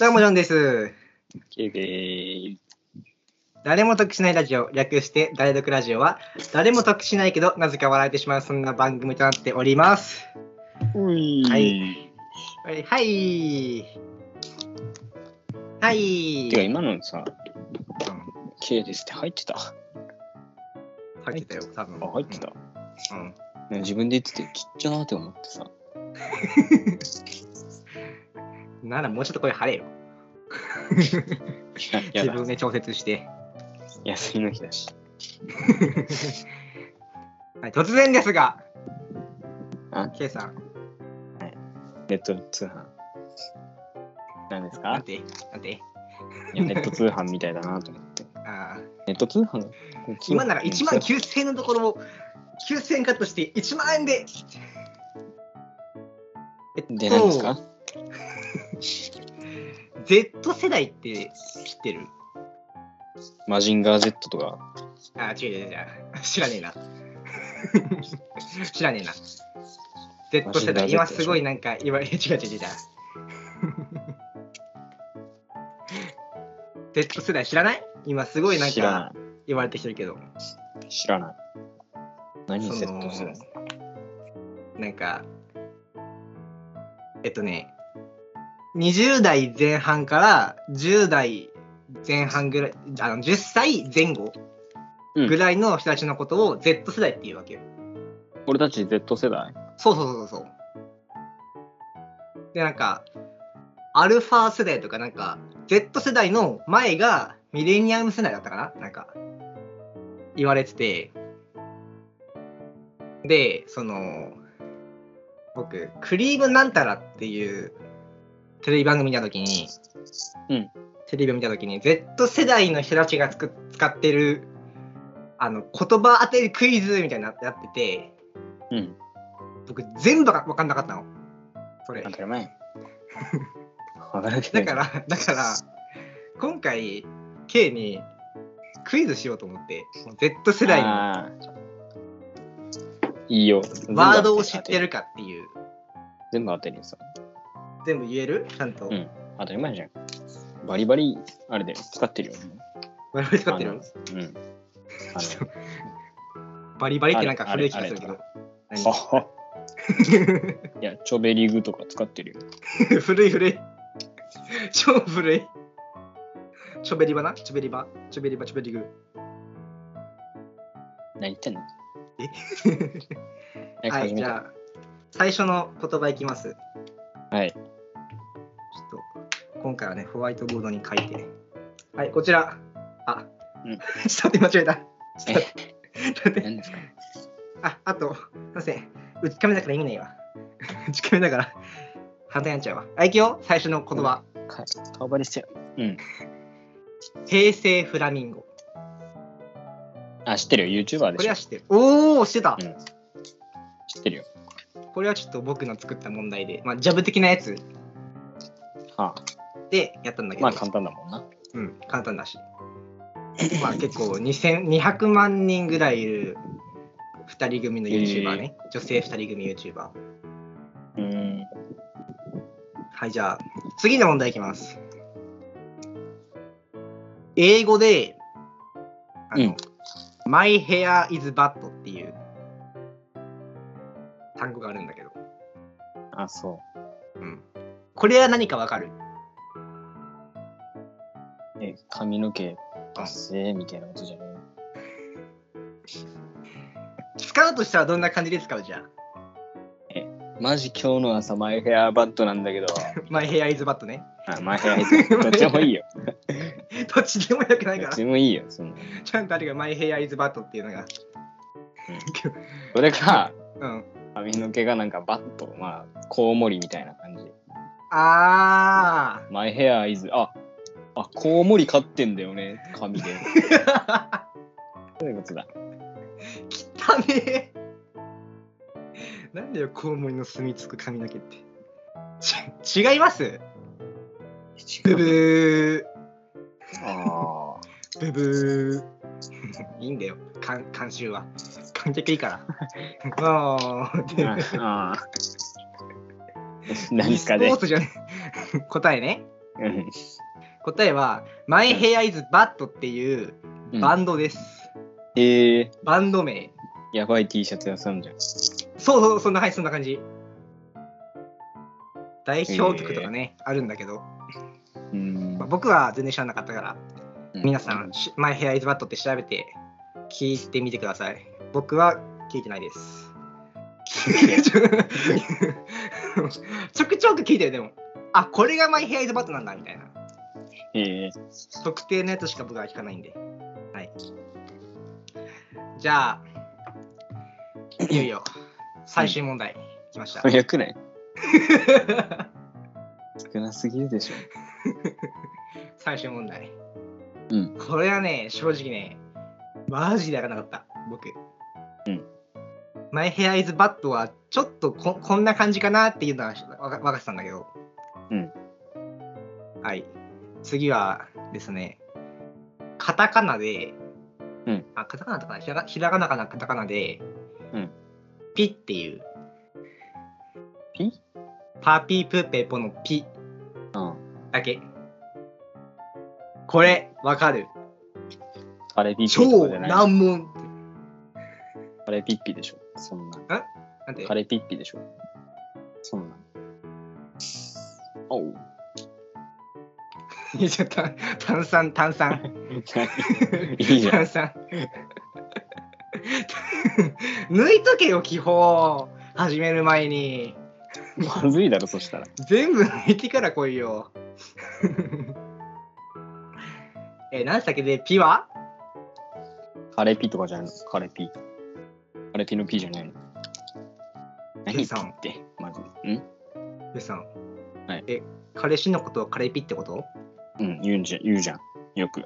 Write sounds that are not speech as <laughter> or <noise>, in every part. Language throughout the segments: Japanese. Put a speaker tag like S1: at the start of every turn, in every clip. S1: どうも、ジョンです。
S2: ケイです。
S1: 誰も得しないラジオ、略して、誰得ラジオは、誰も得しないけど、なぜか笑えてしまう、そんな番組となっております。
S2: うい
S1: はい。はい。はい。はい。
S2: てか今のさ、ケイですって入ってた。あ、
S1: うん入ってたよ、多分。
S2: 入ってた。
S1: うん。うん
S2: ね自分で言っててちっちゃなって思ってさ。
S1: なら、もうちょっと声張れよ。
S2: いや、
S1: <laughs> 自
S2: やだ
S1: 分。で調節して。
S2: 休みの日だし。
S1: はい、突然ですが
S2: あ、
S1: ケイさん、
S2: ネット通販。なんです
S1: なん
S2: か
S1: て、なんて。
S2: いやネット通販みたいだなと思って。
S1: あー
S2: ネット通販
S1: <laughs> 今なら1万9000円のところを、9000円カットして1万円で。えっと
S2: で、何ですか
S1: Z 世代って知ってる
S2: マジンガー Z とか。
S1: あ、違う違う違う。知らねえ
S2: <laughs>
S1: な。知らねえな。Z 世代、今すごいなんか、今、 <laughs> 違う違
S2: <laughs>
S1: う違う違う。Z 世代知らない今すごいなん
S2: 知ら
S1: か
S2: な
S1: 言われてきてるけど、
S2: い。知らない。何
S1: そ
S2: Z
S1: の
S2: 世代
S1: なんか、えっとね、20代前半から10代前半ぐらい、あの10歳前後
S2: うん
S1: ぐらいの人たちのことを Z 世代っていうわけよ。
S2: 俺たち Z 世代
S1: そうそうそうそう。で、なんか、アルファ世代とか、なんか、Z 世代の前がミレニアム世代だったかななんか、言われてて。で、その、僕、クリームなんたらっていうテレビ番組見たときに、
S2: うん
S1: テレビを見たときに、Z 世代の人たちがつく使ってる、あの、言葉当てるクイズみたいなのやってて、
S2: うん。
S1: 僕全部が分かんなかったのそれ
S2: 当
S1: だ
S2: た
S1: <laughs>
S2: り前。わかるわけない
S1: からだから今回 K にクイズしようと思って Z 世代の
S2: あーいいよ。
S1: ワードを知ってるかっていう
S2: 全部当てるよさ。
S1: 全部言えるちゃんと、
S2: うん当たり前じゃん。バリバリ、あれだよ。使ってるよ。
S1: 我々使ってる
S2: あのうん。
S1: ちょっとバリバリってなんか
S2: あ
S1: 古
S2: れ
S1: い気がするけ
S2: あ
S1: ど
S2: れあのはは。
S1: <laughs>
S2: いや、チョベリグとか使ってるよ。
S1: 何 <laughs> 古い古い超古いチョベリバなチョベリバチョベリバチョベリグ
S2: 何言ってんの早く
S1: はい
S2: 始め
S1: じ
S2: て
S1: ゃあ最初の言葉いきます
S2: はい。
S1: ちょっと、今回はね、ホワイトボードに書いて。はい、こちら。あ、
S2: うん
S1: ちょっと間違えた。ちょっと待って。
S2: 何ですか
S1: あ、あと、すいません。打ち亀だから意味ないわ。 <laughs> 打ち亀だから、反対になっちゃうわ。あ、いくよ、最初の言葉。
S2: か顔バレしちゃう。うん。
S1: 平成フラミンゴ。
S2: あ、知ってるよ。YouTuber で
S1: こ
S2: し
S1: れ
S2: ょ
S1: は。知ってる。おー、知ってた
S2: う。ん知ってるよ。
S1: これはちょっと僕の作った問題で、まあ、ジャブ的なやつ
S2: はあ。
S1: でやったんだけど、
S2: まあ簡単だもんな。
S1: うん、簡単だし。まあ結構2000 200万人ぐらいいる2人組の YouTuber ね、女性2人組 YouTuber。
S2: うん。
S1: はい、じゃあ、次の問題いきます。英語で、あの、
S2: うん
S1: My hair is bad っていう単語があるんだけど、
S2: あ、そ
S1: うん、これは何かわかる
S2: う。え、髪の毛、ダッセーみたいなことじゃない
S1: 使うとしたらどんな感じで使うじゃん。 <laughs>
S2: マジ今日の朝、マイヘアバットなんだ
S1: <laughs>
S2: けど。
S1: My hair is bad ね。 <laughs>
S2: あマイヘアバット。どっちもいいよ。
S1: どっちでもよくない
S2: ど
S1: か
S2: っ
S1: ら、
S2: ち
S1: ち
S2: もいいよ。その
S1: ゃんとあれが My hair is bad っていうのが。
S2: それか、
S1: うん。
S2: 髪の毛がなんかバット、まあ、コウモリみたいな感じ。
S1: あ
S2: マイヘアイズ、あ、あ、コウモリ飼ってんだよね、髪で。
S1: ー
S2: そういうことだ。
S1: 汚ねえなんだよ、コウモリの住み着く髪の毛って。ち違いますブブ
S2: あ
S1: ー、ブブー。いいんだよ、かん監修は。観客いいから。わ
S2: ー
S1: ー。
S2: <laughs> あー。何ですか
S1: ス
S2: ね
S1: ポー。ツじゃね <laughs> 答えね。
S2: うん。
S1: 答えは、マイヘアイズバットっていうバンドです。
S2: ええ
S1: バンド名。
S2: やばい T シャツ屋さんじゃん。
S1: そうそう、そんな感じ、そんな感じ。代表曲とかね、あるんだけど、
S2: うん
S1: まあ、僕は全然知らなかったから、
S2: うん
S1: 皆さん、しマイヘアイズバットって調べて、聞いてみてください。僕は聞いてないです。 <laughs> ちょくちょく聞いてる、でも。あ、これがマイヘアイズバットなんだ、みたいな。
S2: ええ
S1: 特定のやつしか僕は聞かないんで。はい。じゃあ、いよいよ、最終問題、来ました。
S2: 早くない少なすぎるでしょ。
S1: 最終問題。
S2: うん
S1: これはね、正直ね、マジでやらなかった、僕。
S2: うん
S1: マイヘアイズバットは、ちょっとここんな感じかなっていうのはわか分かってたんだけど。
S2: うん
S1: はい。次はですね、カタカナで、
S2: うん
S1: あ、カタカナとかなひらがひらがなかな、カタカナで、
S2: うん
S1: ピっていう、
S2: ピ
S1: パピープーペーポのピ
S2: うん。
S1: だけ。これ、わかる。
S2: パレピッピと
S1: 超
S2: かじゃない。
S1: 難問。
S2: パレピッピでしょ。そんな。
S1: なんて
S2: パレピッピでしょ。そんな。おう。
S1: いや <laughs> ちょっと炭酸炭酸
S2: <laughs> <laughs> いいじゃん
S1: 炭。酸 <laughs> 抜いとけよ気泡始める前に
S2: まずいだろ、そしたら。
S1: 全部抜いてから来いよ <laughs> え何したっけでピは
S2: カレピとかじゃないのカレピ。カレピのピじゃないの何ピって、まず。ん
S1: ルさん、
S2: はい
S1: え彼氏のことをカレピってこと
S2: うん、言うんじゃ、言うじゃん。よく。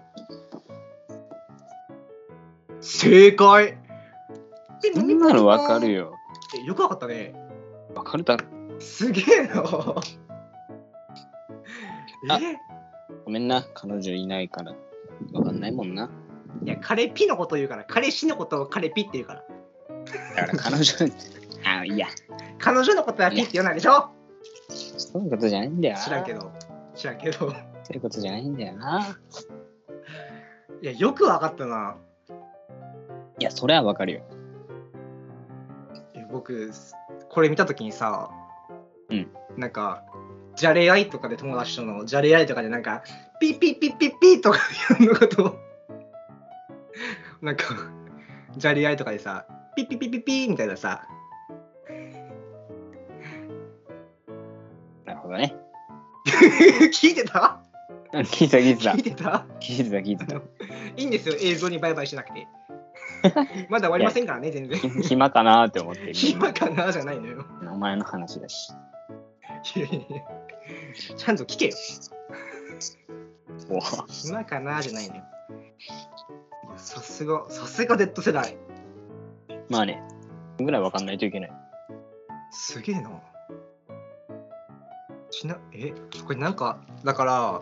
S1: 正解
S2: そんなのわかる
S1: よ
S2: よ。
S1: よくわかったね
S2: わかるだろ。
S1: すげえな
S2: あ
S1: え
S2: ごめんな、彼女いないから。わかんないもんな。
S1: いや、彼ピのこと言うから、彼氏のことを彼ピって言うから。
S2: だから <laughs> 彼女、あ、いや、
S1: 彼女のことはピって言わないでしょ
S2: そういうことじゃないんだよな。
S1: 知らんけど。知らんけど。
S2: そういうことじゃないんだよな。
S1: いや、よくわかったな。
S2: いや、それはわかるよ。
S1: え僕、これ見たときにさ、
S2: うん
S1: なんか、じゃれ合いとかで友達とのじゃれ合いとかでなんか、ピッピッピッピッピッとかいうのことを、なんか、じゃれ合いとかでさ、ピッピッピッピッピーみたいなさ、 <laughs>
S2: なるほどね。 <laughs>
S1: 聞いてた
S2: うん聞いてた、聞
S1: <laughs>
S2: いてた
S1: 聞い。てた
S2: 聞いてた、聞いてた。
S1: いいんですよ、映像にバイバイしなくて。まだ終わりませんからね、全然。
S2: ひ暇かなーって思って。
S1: 暇かなじゃないのよ。 <laughs>
S2: お前の話だし。
S1: いやいやいやちゃんと聞けよ。
S2: お
S1: 暇かなじゃないのよ。いやさすが、さすが Z 世代。
S2: まあね、ぐらいわかんないといけない。
S1: すげえな。ちな、え、これなんか、だから、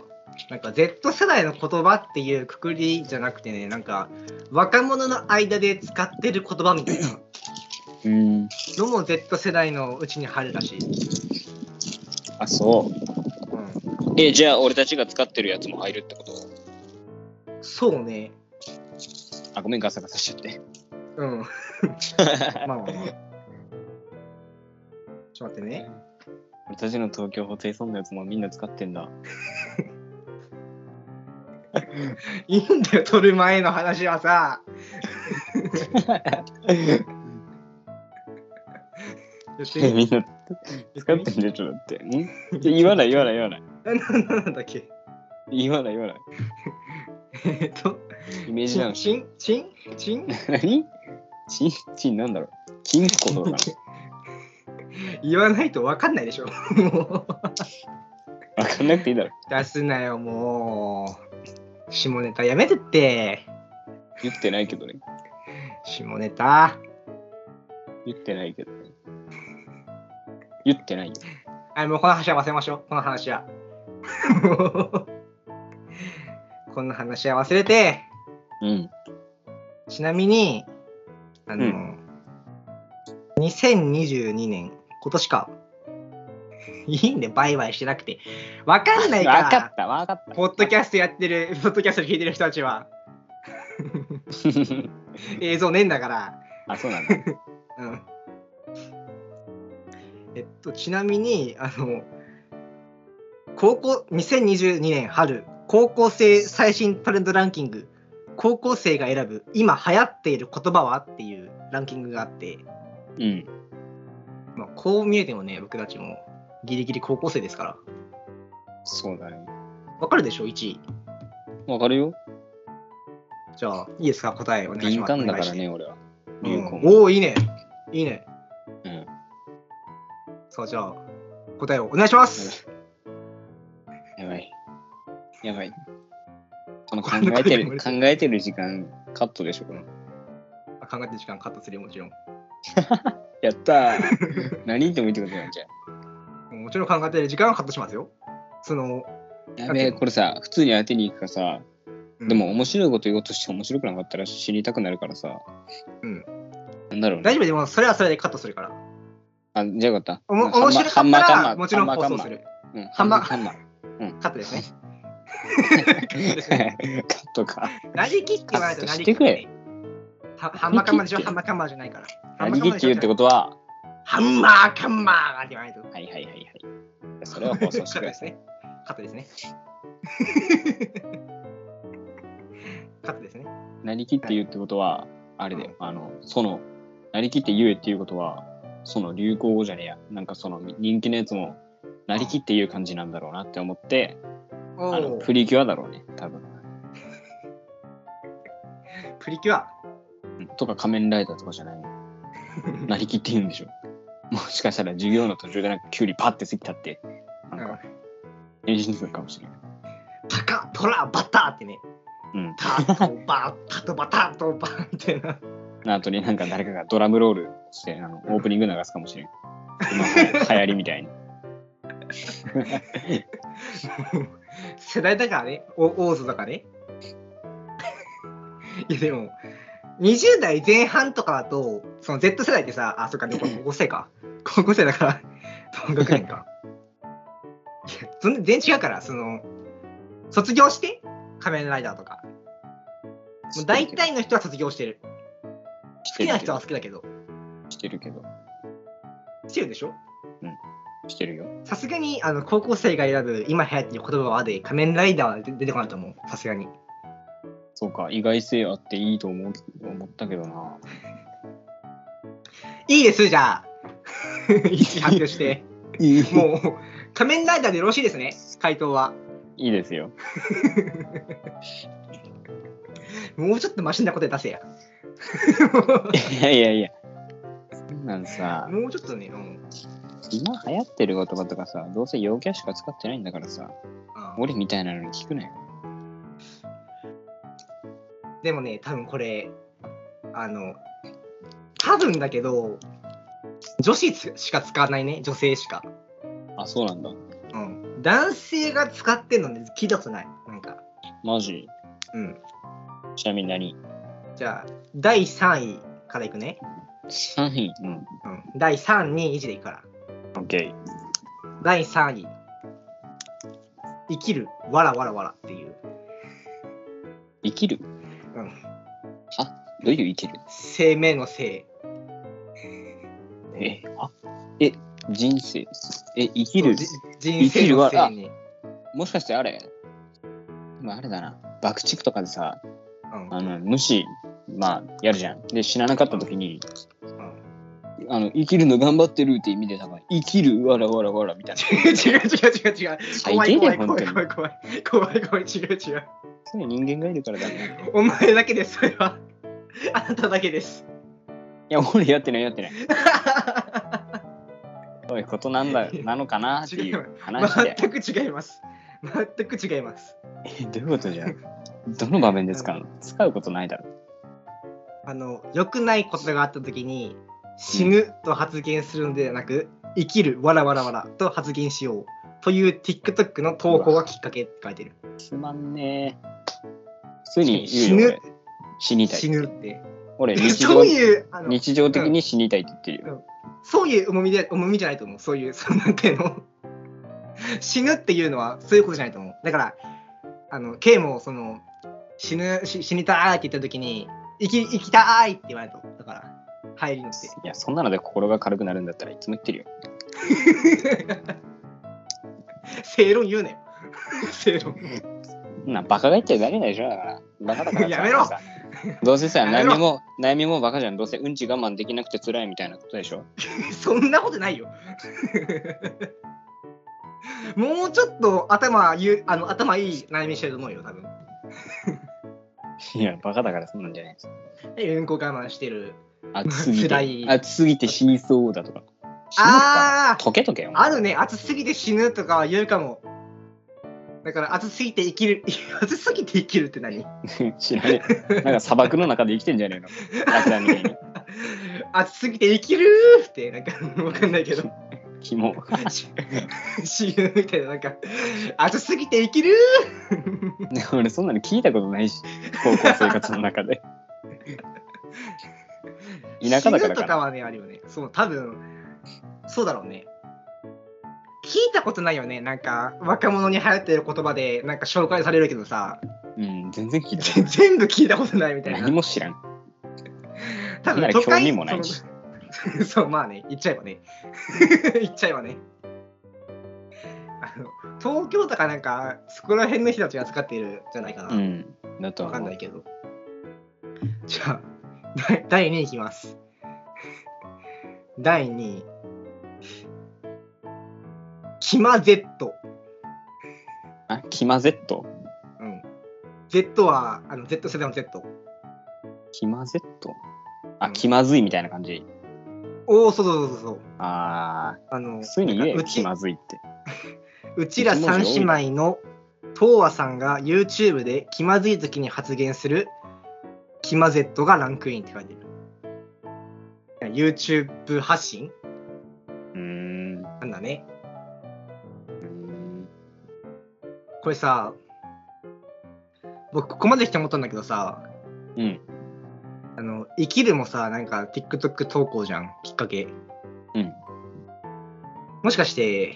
S1: なんか Z 世代の言葉っていうくくりじゃなくてね、なんか若者の間で使ってる言葉みたいな
S2: う
S1: の
S2: ん。
S1: も Z 世代のうちに入るらしい。
S2: あ、そう。
S1: う
S2: え、じゃあ俺たちが使ってるやつも入るってこと
S1: ん、そうね。
S2: あ、ごめん、ガサガサしちゃって。 <laughs>
S1: うん。まあまあまあ。ちょっと待ってね。
S2: 俺たちの東京ホテイソンのやつもみんな使ってん
S1: <laughs>
S2: だ。
S1: いいんだよ、撮る前の話は
S2: <laughs>
S1: さ。別
S2: え、
S1: に
S2: <laughs> みんな使ってんでしょだって。んいや言わない、言わない、言わない。
S1: えな <laughs> なんだっけ
S2: 言わない、言わない。
S1: えっと、
S2: イメージ
S1: チ
S2: な
S1: ン、
S2: の。
S1: チン、チン、チン
S2: 何チンチンなんだろう金庫と
S1: <laughs>
S2: かか
S1: 言わないと分かんないでしょ。 <laughs> もう
S2: なわかんなくていいだろ。
S1: 出すなよ、もう。下ネタやめてって。
S2: 言ってないけどね。
S1: 下ネタ。
S2: 言ってないけどね。言ってないよ。
S1: はい、もうこの話は忘れましょう。この話は。 <laughs> この話は忘れて。
S2: うん。
S1: ちなみに、あの、
S2: う
S1: 2022年、今年か。いいんで、バイバイしなくて。わかんない
S2: わか
S1: か
S2: った、わかった。
S1: ら、ポッドキャストやってる、ポッドキャスト聞いてる人たちは、映像ねえんだから。
S2: <laughs> あ、そうなんだ。
S1: うん。えっと、ちなみに、あの、高校、2022年春、高校生最新トレンドランキング、高校生が選ぶ、今流行っている言葉はっていうランキングがあって、
S2: うん。
S1: まあ、こう見えてもね、僕たちもギリギリ高校生ですから。
S2: そうだね。
S1: わかるでしょ ?1 位。
S2: わかるよ。
S1: じゃあ、いいですか答えお願いし
S2: 敏
S1: ます。
S2: 感だから
S1: お願いし
S2: ね、俺は。
S1: て。
S2: 流行
S1: うんおお、いいね。いいね。
S2: うん。
S1: さあ、じゃあ、答えをお願いします。
S2: やばい。やばい。この考
S1: <laughs>
S2: えてる、考えてる時間、カットでしょ、この。
S1: あ考えてる時間カットするよ、もちろん。
S2: やった
S1: <laughs>
S2: ー何言ってもいいってことなんじゃ
S1: もちろん考えてる時間はカットしますよ。その、
S2: ん。やべえ、これさ、普通に当てに行くかさ、
S1: うん
S2: でも、面白いこと言おうとして面白くなかったら知りたくなるからさ。
S1: うん。
S2: なんだろうね。
S1: 大丈夫でも、それはそれでカットするから。
S2: あ、じゃあよかった。
S1: おも
S2: ハンマ
S1: 面白
S2: ハ
S1: かっ
S2: ンマー
S1: た
S2: カンマ
S1: ら、
S2: ー
S1: もちろん
S2: ハンマー
S1: 放
S2: カ
S1: 送
S2: ンマー
S1: する。
S2: うん、
S1: ハンマー
S2: ハンマー。
S1: カット
S2: <laughs>
S1: ですね。 <laughs>
S2: カットか。
S1: なりきって言わないとな
S2: カットし
S1: りき
S2: て
S1: っ
S2: くれ
S1: て。はハンマーカンマーでしょ
S2: なりきって
S1: ハンマーカンマーじゃないから。
S2: なりきって言うってことは、
S1: ハンマーカンマーって言わないと。
S2: はいはいはいはい。それは放送して
S1: カット
S2: くれ
S1: で。すね。カットですね。カットですね。
S2: なりきって言うってことは、あれだよ、あの、その、なりきって言えっていうことは、その流行語じゃねえや、なんかその人気のやつも、なりきって言う感じなんだろうなって思って、
S1: お
S2: あの
S1: お
S2: プ、リキュアだろうね、多分。
S1: プリキュア。
S2: うんとか仮面ライダーとかじ
S1: <laughs>
S2: ゃないの。なりきって言うんでしょ。もしかしたら授業の途中でなんか急にパッて過ぎたって、なんか変身するかもしれない。
S1: タカ、トラ、バターってね。
S2: うん。
S1: タとバタとバタとバみたいな。
S2: あとになんか誰かがドラムロールして、あのオープニング流すかも
S1: <laughs>
S2: しれん。今流行りみたいに。
S1: 世代だからね、お大津だからね。 <laughs> いやでも、20代前半とかだと、その Z 世代ってさ、あ、そっか、でもこれ高校生か。高校生だから、 <laughs> 同学年か。いや、そんな全然違うから、その、卒業して、仮面ライダーとか。もう大体の人は卒業してる。
S2: し
S1: 好
S2: て
S1: きな
S2: るけ
S1: 人
S2: ど
S1: は好きだけど、
S2: してるけど、
S1: してるでしょ
S2: してるよ。
S1: さすがにあの高校生が選ぶ今流行ってる言葉はで仮面ライダーは出出てこないと思う。さすがに。
S2: そうか、意外性あっていいと思う思ったけどな。
S1: いいです、じゃあ。一致発表して。
S2: いい
S1: もう、仮面ライダーでよろしいですね、回答は。
S2: いいですよ。
S1: もうちょっとマシな答え出せや。
S2: いやいやいや。そんなんさ、
S1: もうちょっとね、うん。
S2: 今流行ってる言葉とかさ、どうせ陽キャしか使ってないんだからさ、
S1: あ
S2: 俺みたいなのに聞くなよ。
S1: でもね、多分これ、あの、多分だけど、女子つしか使わないね、女性しか。
S2: あ、そうなんだ。
S1: うん。男性が使ってんのね、聞いたことない。なんか、
S2: マジ
S1: うん。
S2: ちなみに何
S1: じゃあ、第3位からいくね。
S2: ?3 位。うん。
S1: うん。第3、2、1でいくから。
S2: オッケ
S1: 第3位生きるわらわらわらっていう、
S2: ー。生きる
S1: うん、
S2: どういう生きる
S1: 生命の生
S2: え、あえ、人生。え、生きる
S1: そう。じ人生の生に
S2: もしかしてあれ今あれだな。爆竹とかでさ、
S1: うん
S2: あの、無視、まあ、やるじゃん。で、死ななかった時に、
S1: うん
S2: あの、生きるの頑張ってるって意味で、なんか、生きる、わらわらわらみたいな。
S1: 違う違う違う違う
S2: 最
S1: 怖い
S2: 低
S1: 怖
S2: だよ、
S1: い
S2: 本
S1: 怖
S2: 当
S1: い
S2: に。
S1: 怖い怖い怖い怖い違う違う
S2: そういう人間がいるからだね。
S1: お前だけですそれはあなただけです
S2: いや、俺やってない、やってない。そういうことなんだ、なのかなっていう
S1: <laughs>
S2: 話で。
S1: 全く違います全く違います
S2: え <laughs> どういうことじゃんどの場面で使うの使うことないだろ。
S1: あの良くないことがあった時に死ぬと発言するのではなく、生きるわらわらわらと発言しようという TikTok の投稿がきっかけって書いてる
S2: つまんねえ。普通に言
S1: 死
S2: う
S1: ぬ
S2: よ、俺。死にたい。
S1: 死ぬって
S2: 俺、日
S1: そ
S2: 常
S1: う、いうあの
S2: 日常的に死にたいって言ってるよ。
S1: そういう重みで重みじゃないと思うそういうそのなんていうの <laughs> 死ぬっていうのはそういうことじゃないと思う。だから、あの、K もその、死ぬ、し死にたーいって言った時に、生き、生きたーいって言われたと。だから、入りのって。
S2: いや、そんなので心が軽くなるんだったらいつも言ってるよ。
S1: 正論言うなよ。 <laughs> 正論。
S2: そんなバカが言っちゃダメなんでしょだから。バカだからさ。
S1: やめろ
S2: さ <laughs> どうせさ、
S1: やめ
S2: 悩
S1: ろ
S2: みも、悩みもバカじゃん。どうせうんち我慢できなくて辛いみたいなことでしょ
S1: そんなことないよ。 <laughs> もうちょっと頭ゆあの頭いい悩みしてると思うよ、多分。
S2: いや、バカだからそうなんじゃないですか。
S1: うんこ我慢してる。
S2: 暑すぎ
S1: 辛い
S2: て、暑すぎて死にそうだとか。死ぬのか
S1: あー
S2: 溶けとけよ。
S1: あるね、暑すぎて死ぬとかは言うかも。だから暑すぎて生きる、 <laughs> 暑すぎて生きるって何 <laughs>
S2: <laughs> 知らねえ。なんか砂漠の中で生きてんじゃねえの。ラクダみたいに。
S1: 暑すぎて生きるーって、なんかわかんないけ
S2: <laughs>
S1: ど、
S2: キモ。
S1: し死ぬみたいな、なんか、暑すぎて生きるー
S2: で俺そんなの聞いたことないし、高校生活の中で。田舎
S1: 死ぬ
S2: だから
S1: とか
S2: かな。
S1: はね、あるよね。そう、多分、そうだろうね。聞いたことないよね。なんか、若者に流行ってる言葉で、なんか紹介されるけどさ、
S2: うん、全然聞いたことない。
S1: 全部聞いたことないみたいな
S2: 何。も知らん。
S1: 多分
S2: なら
S1: 都会
S2: 興味もないし
S1: そのそうま <laughs> あね言っちゃえばね <laughs> 言っちゃえばねあの東京とかなんかそこら辺の人たちが使っているんじゃないかな、
S2: う
S1: わ
S2: ん。だと
S1: かん
S2: 思
S1: な
S2: う
S1: い。けどじゃあだ第2位いきます第2位キマ Z
S2: あ、キマゼット
S1: うん Z はあの Z 世代の Z
S2: 気まぜっとあ、気まずいみたいな感じ。
S1: おおそうそうそうそう
S2: あ
S1: あの
S2: あ、普通に言え
S1: なん
S2: よ、
S1: かうち
S2: 気まずいって。
S1: うちら三姉妹の東和さんが YouTube で気まずい時に発言する気まぜっとがランクインって書いてる。YouTube 発信
S2: うーん。う
S1: なんだね。
S2: ーん
S1: これさ、僕ここまで来て思ったんだけどさ、
S2: うん。
S1: あの、生きるもさ、なんか TikTok 投稿じゃん、きっかけ。
S2: うん。
S1: もしかして、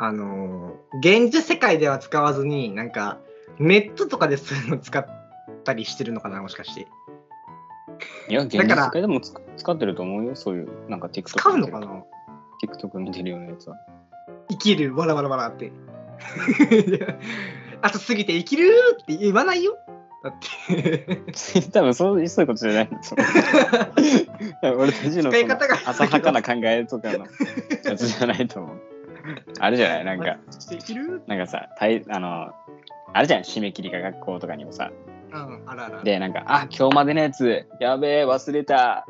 S1: あのー、現実世界では使わずに、なんか、ネットとかでそういうの使ったりしてるのかな、もしかして。
S2: いや、現実
S1: だから
S2: 世界でもつ使ってると思うよ、そういう、なんか TikTok。
S1: 使うのかな
S2: ?TikTok 見てるようなやつは。
S1: 生きる、わらわらわらって。 <laughs> あと過ぎて生きるって言わないよ。だっ
S2: <laughs>
S1: て。
S2: 多分そうそういうことじゃないの。その <laughs> 俺たち
S1: 使
S2: のそ
S1: い方が
S2: の浅はかな考えとかのやつじゃないと思う。あれじゃないなんか、
S1: 生きる
S2: なんかさ、たいあの、あれじゃん、締め切りが学校とかにもさ。
S1: うん、あらあら。
S2: で、なんか、あ、今日までのやつ、やべえ、忘れた。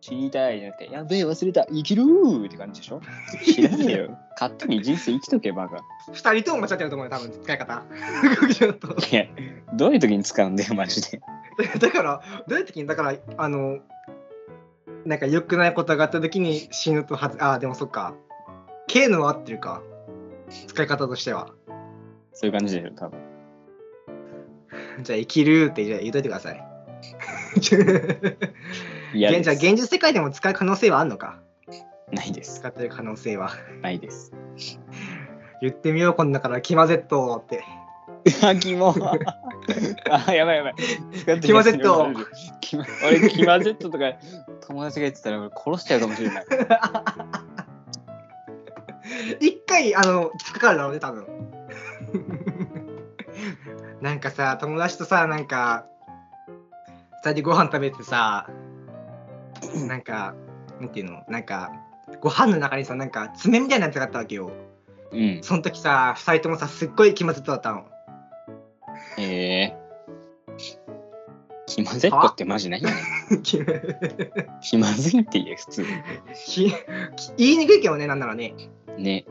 S2: 死にたいじゃなくて、やべえ、忘れた。生きるーって感じでしょ知らねえ <laughs> よ。勝手に人生生きとけ、バカ。
S1: 二人とも間違ってると思うよ、多分使い方。 <laughs> ちょっと
S2: いや、どういう時に使うんだよ、マジで。
S1: だから、どういう時に、だから、あの、なんか良くないことがあった時に死ぬとはず、ああ、でもそっか。K のは合ってるか。使い方としては。
S2: そういう感じでしょ、多分。
S1: じゃあ、生きるってじゃあ言うといてください。
S2: いや
S1: 現じゃあ、
S2: です、
S1: 現実世界でも使う可能性はあるのか。
S2: ないです。
S1: 使ってる可能性は。 <laughs>
S2: ないです。
S1: 言ってみよう、今度から、キマゼットって。
S2: <laughs> あ、キモ。あ、やばいやばい。使って
S1: キマゼット
S2: キマ <laughs> 俺、キマゼットとか友達が言ってたら俺殺しちゃうかもしれない。
S1: 一回あの突っかかるだろうね多分 <laughs> なんかさ友達とさなんか2人でご飯食べてさなんかなんていうのなんかご飯の中にさなんか爪みたいなやつがあったわけよ
S2: うん。
S1: その時さ2人ともさすっごい気まずそうだったの <laughs>
S2: ええキマゼットってマジないよね。
S1: き
S2: 気まずいって言え、普通。
S1: き言いにくいけどねなんならね
S2: ね。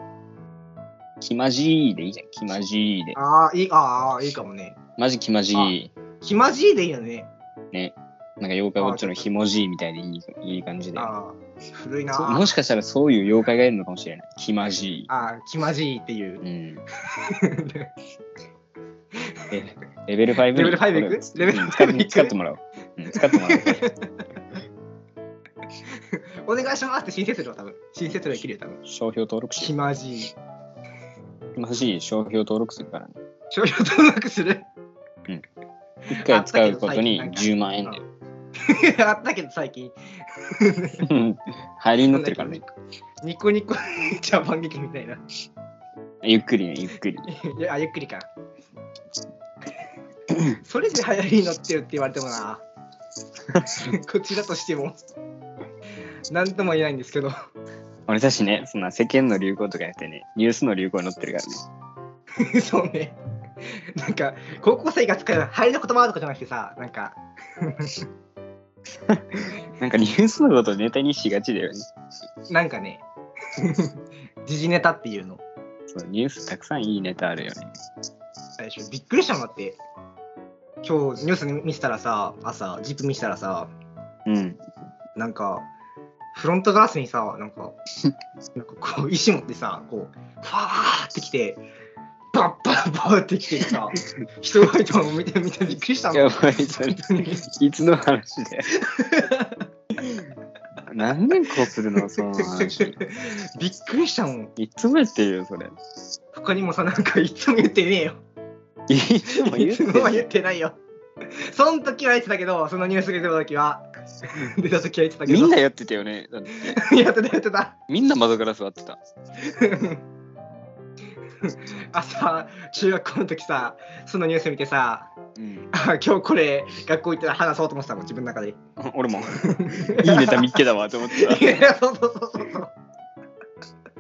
S2: 気まじいでいいじゃん。気まじいで。
S1: あーいいあーいいかもね
S2: マジ気まじい。
S1: 気まじいでいいよね
S2: なんか妖怪ウォッチのひもじいみたいでいいいい感じで。
S1: あー古いな
S2: そうもしかしたらそういう妖怪がいるのかもしれない。気まじい。
S1: あー気まじいっていう
S2: うん。えレベル5に
S1: レベル5いく
S2: これ
S1: レベル
S2: うん使っ
S1: 5いく
S2: 使ってもらおう。うん使ってもらおう。
S1: お願いしますって申請するよ、多分。申請するできるよ、多分。
S2: 商標登録し
S1: ひまじい。
S2: まし、商標登録するからね。
S1: 商標登録する
S2: 1回使うことに10万円だよ。
S1: <laughs> あったけど最近。
S2: うん <laughs> 入りになってるからね。
S1: ニコニコジャパン劇みたいな。
S2: ゆっくりね、ゆっくり。
S1: いやあ、ゆっく
S2: <laughs>
S1: りか。それで流行りに乗ってるって言われてもな。 <laughs> こちらとしても。なんとも言えないんですけど。
S2: 俺たちね、そんな世間の流行とかやってね、ニュースの流行に載ってるからね。
S1: そうね。なんか、高校生が使う流行りの言葉とかじゃなくてさ、なんか、
S2: なんかニュースのことネタにしがちだよね。
S1: なんかね、 <laughs> 時事ネタっていうの。
S2: そうニュースたくさんいいネタあるよね。
S1: 最初びっくりしたもんだって今日ニュース見せたらさ朝ジップ見せたらさ
S2: うん。
S1: なんかフロントガラスにさなん
S2: <laughs>
S1: かなんかこう石持ってさこうファーってきてバッバッバッってきてさ人がいたの見て見てびっくりしたもん
S2: やばい、それ
S1: 本当に
S2: いつの
S1: <laughs>
S2: 話だよ。何年こうするの、その話。
S1: <laughs> びっくりしたもん
S2: いつもやってるよ、それ。
S1: 他にもさなんかいつも言ってねえよ
S2: <laughs> いつも言
S1: い
S2: って
S1: つ <laughs>
S2: る
S1: もは言ってないよその時は言ってたけどそのニュースが出た時は
S2: <laughs>
S1: 出た時は言ってたけど
S2: みんなやってたよね。だって
S1: やってた <laughs> やってた
S2: みんな窓ガラス割ってた。
S1: <laughs> 朝中学校の時さそのニュース見てさ
S2: うん、
S1: あ今日これ学校行ったら話そうと思ってたもん自分の中でい
S2: 俺も、いいネタ見っけだわと思って
S1: <laughs>
S2: た。
S1: やそうそうそうそうそう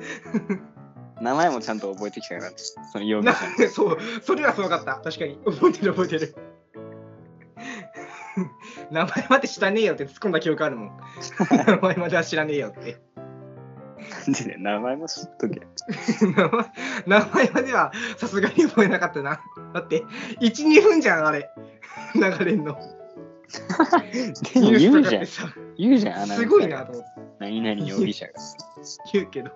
S2: <laughs> 名前もちゃんと覚えてきたから、その容疑
S1: な
S2: 者の。
S1: そうそれはすごかった確かに覚えてる覚えてる <laughs> 名前まで知らねえよって突っ込んだ記憶あるもん
S2: <laughs>
S1: 名前までは知らねえよって
S2: なんでね、名前も知っとけ。
S1: 名前名前まではさすがに覚えなかったなだって12分じゃんあれ流れんの
S2: でも言うじ
S1: ニ
S2: ゃ
S1: ュー
S2: ん、
S1: スとかって
S2: 言うじゃ
S1: さ
S2: ん、アナウンサーが
S1: すごいなと思って。
S2: 何々容疑者が。
S1: 言うけど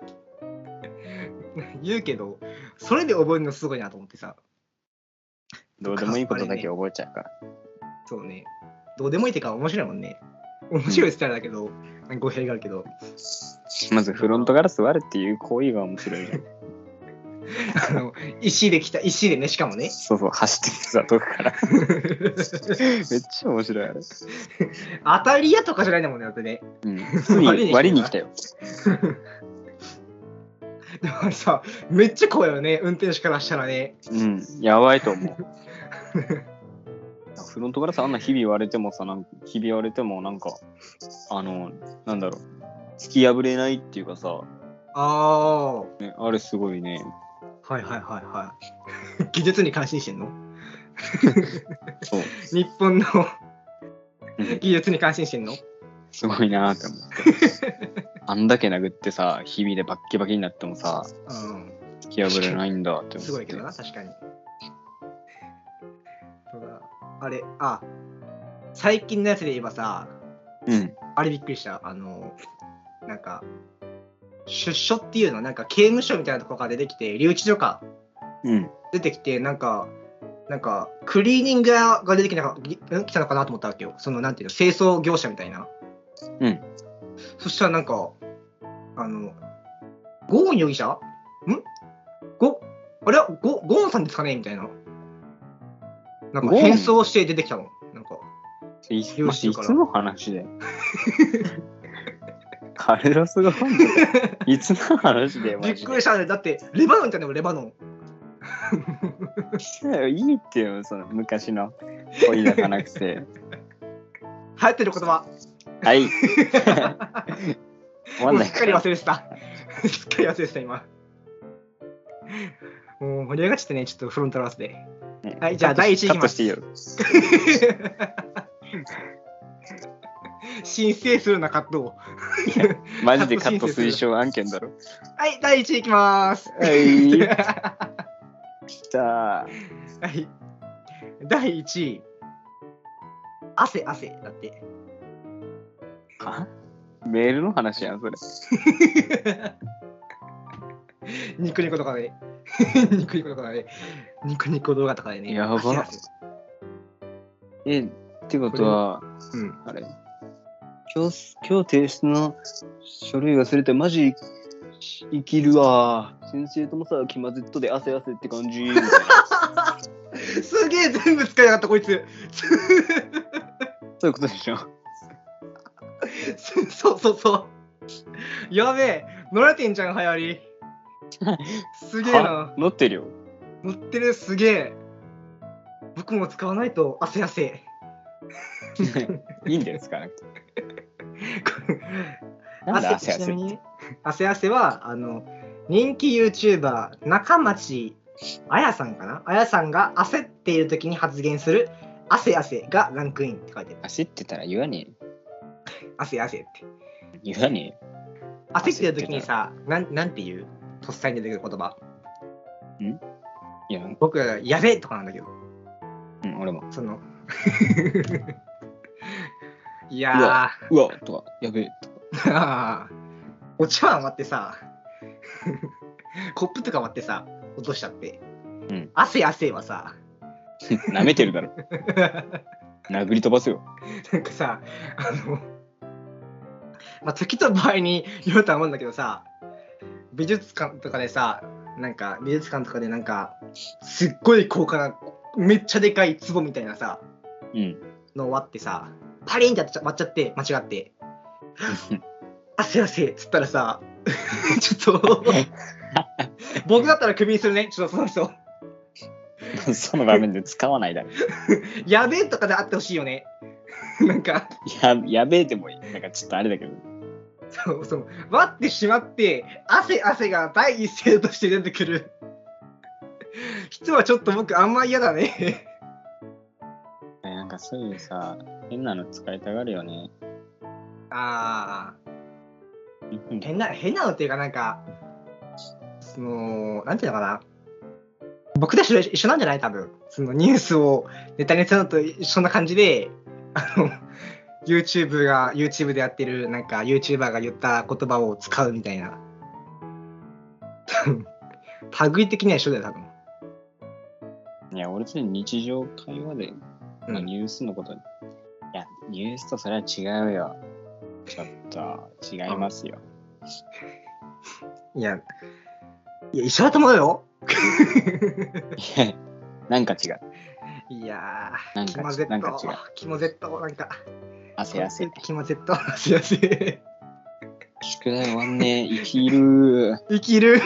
S1: 言うけどそれで覚えるのすごいなと思ってさ
S2: <laughs> どうでもいいことだけ覚えちゃうから。
S1: そうねどうでもいいってか面白いもんね面白いって言ったらだけど、なんか語弊があるけど
S2: まずフロントガラス割るっていう行為が面白い <laughs> じゃん。
S1: あの石で来た石でねしかもね <laughs>
S2: そうそう、走ってきてさ、遠くから。めっちゃ面白い、あれ。
S1: 当たり屋とかじゃないんだもんねだってね
S2: うん。普通
S1: <laughs>
S2: に割りに来たよ。
S1: でもあれさめっちゃ怖いよね運転手からしたらね
S2: うん。やばい
S1: <laughs>
S2: と思う。フロントガラスあんな日々割れてもさ、なんか、日々割れてもなんか、あの、なんだろう。突き破れないっていうかさ、
S1: ああ
S2: ね、あれすごいね。
S1: ーはいはいはいはい <laughs> 技術に感心してんの
S2: そう。
S1: 日本の
S2: うん
S1: 技術に感心してんの
S2: すごいなーって思って。あんだけ殴ってさ、日々でバッキバキになってもさ、
S1: うん
S2: 突き破れないんだって思って。
S1: すごいけどな、確かに。ただあれ、あ、最近のやつで言えばさ、
S2: うん。
S1: あれびっくりした。あの、なんか、出所っていうの、なんか刑務所みたいなところから出てきて、留置所か、
S2: うん。
S1: 出てきて、なんか、なんか、クリーニング屋が出てきたぎん来たのかなと思ったわけよ。その、なんていうの、清掃業者みたいな。
S2: うん。
S1: そしたらなんか、あの、ゴーン容疑者んゴ、あれゴゴーンさんですかねみたいな。なんか
S2: ゴーン
S1: 変装して出てきたの。なんか、
S2: い
S1: 用意して
S2: い
S1: るから
S2: つの話だよ。 <laughs> カルロス・ゴーンだよいつの話だよ、
S1: び
S2: マ
S1: っ
S2: ジ
S1: く
S2: で
S1: り。したね。だって、レバノンいたんだよ、レバノン。
S2: いいってよ、その昔の恋だかなくて。
S1: 流行ってる言葉。 <laughs>
S2: はい。終わん
S1: もう
S2: な
S1: す
S2: い
S1: っかり忘れてた。 <laughs> すっかり忘れてた、今。もう盛り上がっちゃってね、ちょっとフロントラスで。
S2: ね
S1: はいじゃあ第一位い
S2: カ
S1: き
S2: ット
S1: ま
S2: し
S1: す
S2: ていいよ。
S1: 申請するな、カットを。
S2: マジでカット推奨案件だろ。
S1: はい、第1位いきます。 <laughs>
S2: はい。
S1: は
S2: きた。
S1: い。第1位。汗、汗。だって。
S2: はメールの話やん、それ。
S1: ニコニコとかで。 <laughs> ニコニコとかで。ニコニコ動画とかでね。
S2: やば
S1: 汗汗
S2: え、ってことは、
S1: うん。
S2: あれ、今日、今日提出の書類忘れて、マジ生きるわ。先生ともさ、気まずっとで汗汗って感じ。
S1: <laughs>
S2: みたいな
S1: すげえ全部使いやがったこいつ <laughs>
S2: そういうことでしょ。
S1: そうそうそうやべえ乗れてんじゃん流行りすげえな
S2: は乗って
S1: <laughs>
S2: るよ。
S1: 乗ってるすげえ僕も使わないと汗汗
S2: いいんだよ、使わなくて。なん
S1: 汗
S2: で汗
S1: ちな
S2: 汗
S1: みに汗汗はあの人気 YouTuber 中町あやさんかなあやさんが焦っている時に発言する「汗汗」がランクインって書いてる
S2: 焦ってたら言わね
S1: 「汗汗」って
S2: え。言わね
S1: 焦ってる時にさなんなんて言うとっさに出てくる言葉
S2: え。いや、
S1: 僕「やべ」とかなんだけど
S2: うん、俺も。
S1: そ <laughs> のいや
S2: うわ、とか、やべえ。
S1: ー <laughs> お茶碗割ってさ <laughs> コップとか割ってさ落としちゃって「
S2: うん
S1: 汗汗」はさ
S2: 舐めてるだろ。殴り飛ばすよ。
S1: <laughs> なんかさ、あの、まあ、時と場合によるとは思うんだけどさ、美術館とかでさ、なんか美術館とかでなんか、すっごい高価な、めっちゃでかい壺みたいなさ、
S2: うん。 <laughs>
S1: の割ってさ、パリンってやっちゃ割っちゃって、間違って、汗汗っつったらさ、 <laughs> ちょっと、僕だったらクビにするね、ちょっとその人。
S2: その場面で使わないだろ。
S1: やべえとかであってほしいよね。なんか。
S2: ややべえでもいい。なんかちょっとあれだけど。
S1: そうそう。割ってしまって、汗汗が第一声として出てくる。 <laughs> 人はちょっと僕あんま嫌だね。 <laughs>
S2: ねなんかそういうさ、変なの使いたがるよね。
S1: ああ、
S2: うん
S1: 変な、変なのっていうかなんか、その、なんていうのかな。僕たちと一緒なんじゃない多分。そのニュースをネタにするのと一緒な感じで、あの、YouTube が、YouTube でやってる、なんか YouTuber が言った言葉を使うみたいな。多分類的には一緒だよ、多分。
S2: いや、俺たち日常会話で、まあ、
S1: うん
S2: ニュースのこと、いや、ニュースとそれは違うよ。ちょっと違いますよ。 <laughs>
S1: いや、いや、一緒だと思うよ。
S2: いやなんか違う。
S1: いや
S2: なん
S1: ー、
S2: か
S1: キモゼ
S2: な
S1: ッ
S2: んか
S1: ト
S2: 違う、
S1: キモゼット、なんか、
S2: 汗汗。
S1: キモゼット、汗汗、
S2: 宿題終わんねえ。生きる。
S1: 生きる、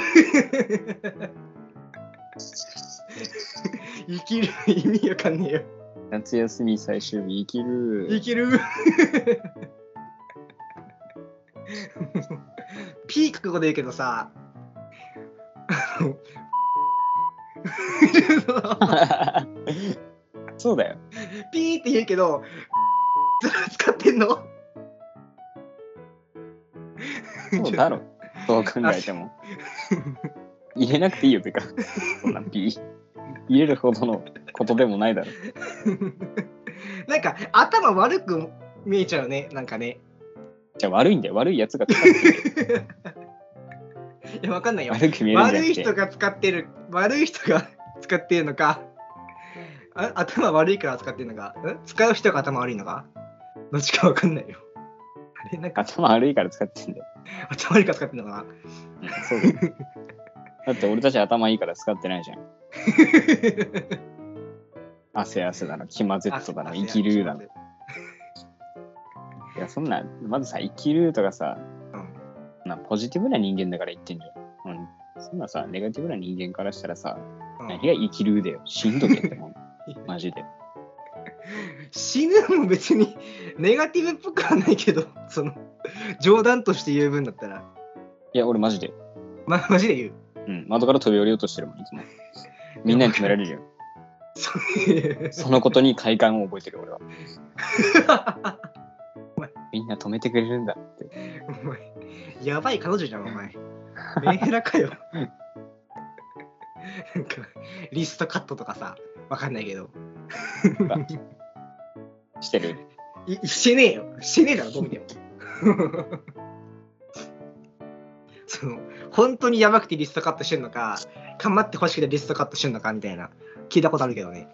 S1: 生きる、意味わかんねえよ。
S2: 夏休み最終日、生き
S1: 生
S2: る。
S1: きる、ピー覚悟で言うけどさ、あの
S2: <laughs> そうだよ。
S1: ピーって言うけど、ずら使ってんの
S2: そうだろ。そう考えても。入れなくていいよ、てか。そんなピー。入れるほどのことでもないだろ。
S1: なんか頭悪く見えちゃうね、なんかね。
S2: じゃあ悪いんだよ。悪いやつが使ってる
S1: いや、わかんないよ。
S2: 悪く見えるんじゃ
S1: 悪
S2: ないくて
S1: 人。が使ってる、悪い人が <laughs> 使ってるのか、あ頭悪いから使ってるのか、ん使う人が頭悪いのか、どっちかわかんないよ。あれ、なんか
S2: 頭悪いから使ってんだよ。
S1: 頭悪いから使ってるのかな。
S2: うんそうだよ。だって俺たち頭いいから使ってないじゃん。汗汗だの、気まずっとだの、生きるだの。いや、そんな、まずさ、生きるとかさ、
S1: うん
S2: なポジティブな人間だから言ってんじゃん。うん。そんなさ、ネガティブな人間からしたらさ、
S1: うん
S2: 何が生きるだよ。しんどけってもん。
S1: <laughs>
S2: マジで。
S1: 死ぬも別に <laughs> ネガティブっぽくはないけど、その冗談として言う分だったら、
S2: いや、俺マジで。
S1: ま、マジで言う。 <laughs>
S2: うん。窓から飛び降りようとしてるもん、いつも。みんなに止められるよ。
S1: そう
S2: そのことに快感を覚えてる、俺は。みんな止めてくれるんだって。
S1: お前、やばい彼女じゃん、お前。メンヘラかよ。なんか、リストカットとかさ、わかんないけど。
S2: してる。
S1: いしてねえよ。してねえだろ、どう見ても。 <laughs> その、本当にやばくてリストカットしてんのか、頑張ってほしくてリストカットしてんのかみたいな、聞いたことあるけどね。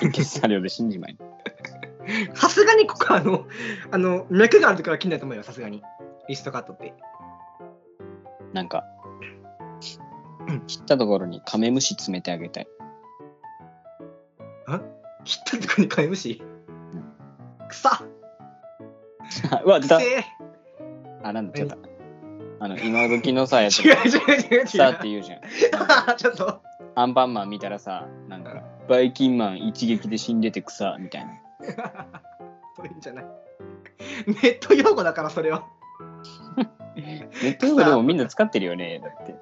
S2: 出血作量で死んじまい。
S1: さすがにここはあの、あの、脈があるところは切んないと思うよ、さすがに。リストカットって。
S2: なんか
S1: うん、
S2: 切ったところにカメムシ詰めてあげたい。 <laughs>
S1: 切ったところにカメムシくさ
S2: うわ、
S1: く
S2: 出
S1: せ
S2: た
S1: え
S2: あ、なんだ、ちょっと。あの、今時のさ、やつ
S1: 違う違う違う違う。
S2: さって言うじゃん。
S1: <laughs> ちょっと。
S2: アンパンマン見たらさ、なんか、バイキンマン一撃で死んでて草みたいな。
S1: そういうんじゃない。ネット用語だから、それは。
S2: ネット用語でもみんな使ってるよ
S1: <laughs>
S2: ね、だって。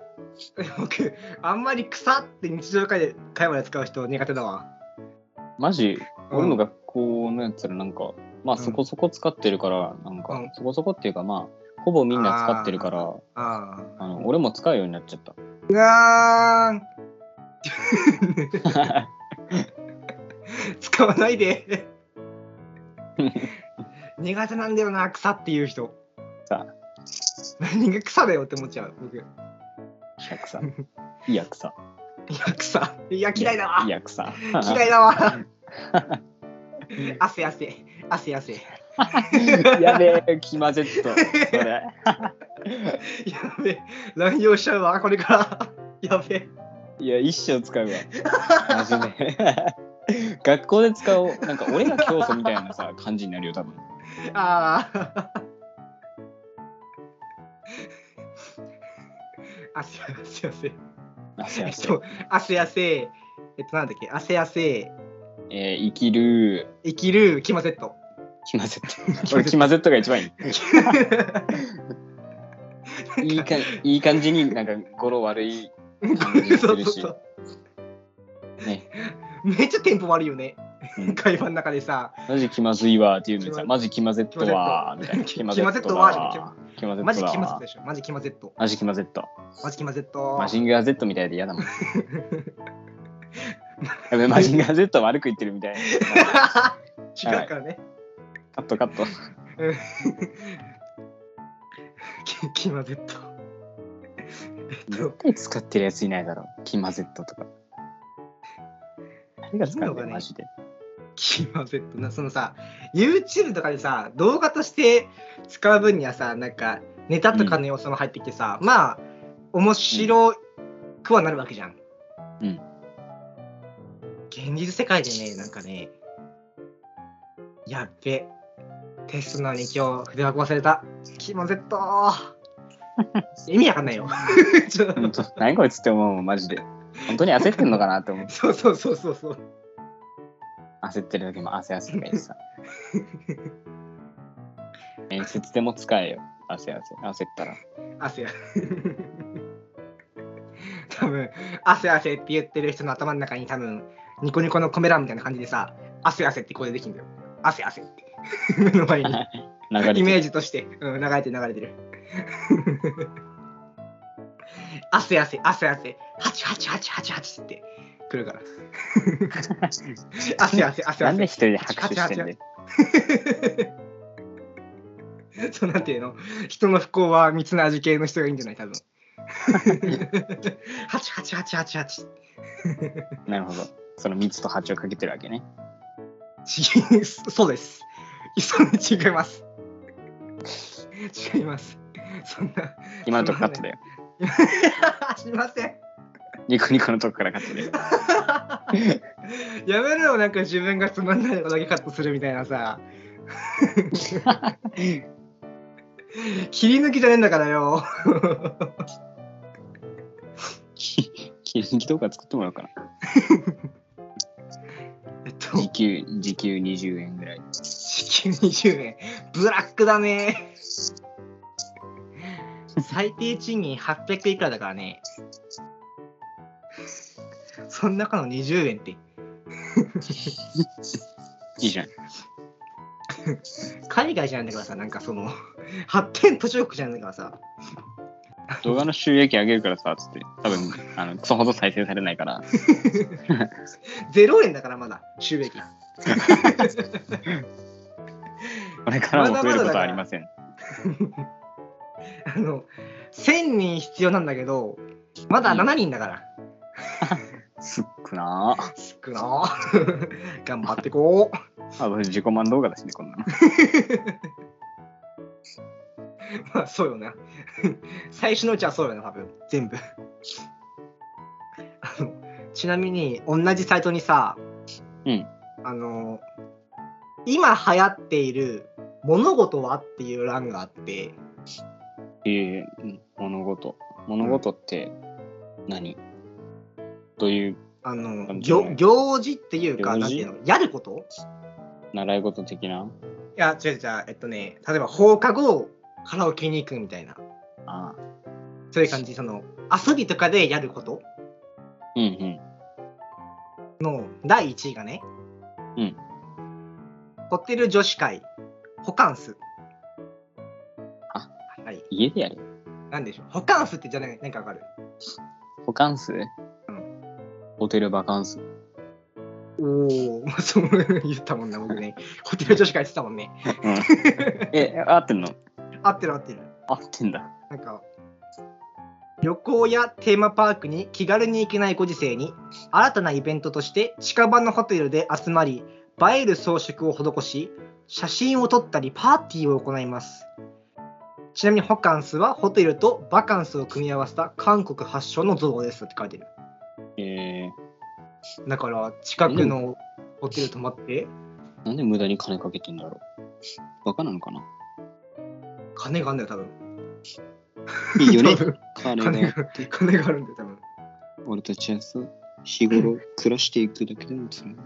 S1: 僕、あんまり草って日常会で会話で使う人苦手だわ。
S2: マ
S1: う
S2: ジ、
S1: ん
S2: 俺の学校のやつらなんか、まあそこそこ使ってるから、なん
S1: う
S2: か
S1: ん、
S2: そこそこっていうかまあ、ほぼみんな使ってるから、
S1: あ
S2: あの俺も使うようになっちゃった。
S1: あ。がーん。使わない
S2: <laughs>
S1: で。苦手なんだよな、草っていう人。
S2: さあ、
S1: 何が草だよって思っちゃう、僕。い
S2: 100
S1: <laughs>
S2: さ。いや、草。
S1: や、草。いや、嫌いだわ
S2: い。や、草。
S1: 嫌いだわ。汗汗。汗汗。
S2: <laughs> やべえ、気まぜっと。それ。
S1: <laughs> やべえ。乱用しちゃうわ、これから。 <laughs> やべえ。
S2: いや、一生使うわ。マジで。 <laughs> 学校で使おう。なんか、俺が教祖みたいなさ、感じになるよ、多分。
S1: ああ。 <laughs> 汗汗汗。
S2: 汗
S1: えっ
S2: 汗
S1: と、汗汗。えっと、なんだっけ、汗汗。
S2: えー、生きる。
S1: 生きる、キマセッ
S2: <laughs>
S1: ト。
S2: 気まぜっと。俺、気まぜっとが一番いい。いいかいい感じになんか語呂悪い感じにす
S1: そう
S2: る
S1: そう
S2: し
S1: そう。
S2: ね
S1: めっちゃテンポ悪いよね。
S2: うん
S1: 会話の中でさ、
S2: マジ気まずいわーっていうのにさ
S1: 気ま
S2: マジ気まぜっとわーみたいな
S1: キマセットはじゃなくて
S2: 気まぜっと
S1: マジ
S2: だ
S1: キマセット
S2: わー
S1: でしょ。マジキマセット。
S2: マジ気まぜっと
S1: マジキマセット。<laughs>
S2: マジンガー Z みたいで嫌だ <laughs> もんやべマジンガー Z 悪く言ってるみたい
S1: 違うからね。
S2: カットカット
S1: うんキキマゼット。えっ
S2: 絶
S1: と、
S2: 対使ってるやついないだろ気まぜっととか誰が使
S1: いいの
S2: う
S1: か
S2: の
S1: ね
S2: マジで
S1: キマゼットな、そのさ、YouTube とかでさ、動画として使う分にはさ、なんか、ネタとかの要素も入ってきてさ、まあ、面白くはなるわけじゃん。
S2: うん。
S1: 現実世界でね、なんかね、やっべ、テストなのに今日筆箱忘れた。キマゼット
S2: <laughs>
S1: 意味わかんないよ。ちょっと
S2: 本当何こいつって思うもんマジで本当に焦ってんのかなって思う
S1: <laughs> そうそうそうそうそう。
S2: 焦ってる時も汗汗とか言ってさ面接でも使えよ汗汗焦ったら
S1: 汗 <laughs> や。多分汗汗って言ってる人の頭の中に多分ニコニコのコメ欄みたいな感じでさ、汗汗って声でできるんだよ。汗汗って。 <laughs> 目の前に。
S2: <laughs> 流れて
S1: イメー
S2: ジ
S1: ジとして、うん、流れてる流れてる。 <laughs> 汗汗汗汗、ハチハチハチハチハチってくるから。 <laughs> 汗汗汗汗。
S2: なんで一人で拍手してんだよ
S1: そうなんていうの人の不幸は蜜の味系の人がいいんじゃない <laughs> 多分。ハチハチハチハチハチ。
S2: なるほどその蜜と蜂をかけてるわけね
S1: ちそうです。そんな違います。違います。そんな。
S2: 今のとこカットだよ
S1: しません。
S2: ニコニコのとこからカットだよ <laughs>
S1: やめろよ、なんか自分がつまんないことだけカットするみたいなさ。切り抜きじゃねえんだから <laughs> よ。
S2: き切り抜き動画作ってもらおうかな
S1: えっと、
S2: 時給時給20円ぐらい
S1: 時給20円。ブラックだね。最低賃金800いくらだからね。その中の20円って、
S2: いいじゃん
S1: 海外じゃないんだからさ、なんかその、発展途上国じゃないんだからさ。
S2: 動画の収益上げるからさつって多分あのクソほど再生されない <laughs> から
S1: 0円だからまだ収益。
S2: これからも増えることはありません
S1: あの1000人必要なんだけどまだ7人だから、
S2: すっくなー
S1: <laughs> 少な頑張ってこう
S2: あ、自己満動画だしね、こんなの。
S1: まあそうよな <laughs> 最初のうちはそうよな多分全部あのちなみに同じサイトにさ
S2: うん
S1: あの今流行っている物事はっていう欄があって
S2: えーうん物事。物事って何、どういう
S1: あの
S2: なんていう
S1: 行
S2: の
S1: 行事っていうか
S2: 行事
S1: なんていうのやること
S2: 習い事的ない
S1: や違う違うえっとね例えば放課後カラオケに行くみたいな
S2: ああ
S1: そういう感じその遊びとかでやること
S2: うんうん。
S1: の第1位がね、
S2: うん
S1: ホテル女子会ホカンス
S2: あ
S1: はい
S2: 家でやる
S1: なんでしょうホカンスってじゃないなんかわかる
S2: 保管数
S1: ん
S2: ホテルバカンス。
S1: おおまあ <laughs> そう言ったもんな僕ねホテル女子会って言ってたもんね
S2: うん <laughs> え、合ってんの
S1: 合ってる合ってる
S2: 合ってんだ。
S1: なんか旅行やテーマパークに気軽に行けないご時世に新たなイベントとして近場のホテルで集まり映える装飾を施し写真を撮ったりパーティーを行いますちなみにホカンスはホテルとバカンスを組み合わせた韓国発祥の造語ですって書いてる
S2: え
S1: だから近くのホテル泊まって
S2: ー、なんで無駄に金かけてんだろうバカなのかな
S1: 金があるんだよ多分
S2: いいよね
S1: 多。分
S2: <laughs> 金
S1: 金
S2: が
S1: が金があるんだよ多分
S2: 俺たちはさ、日頃暮らしていくだけでもつらい。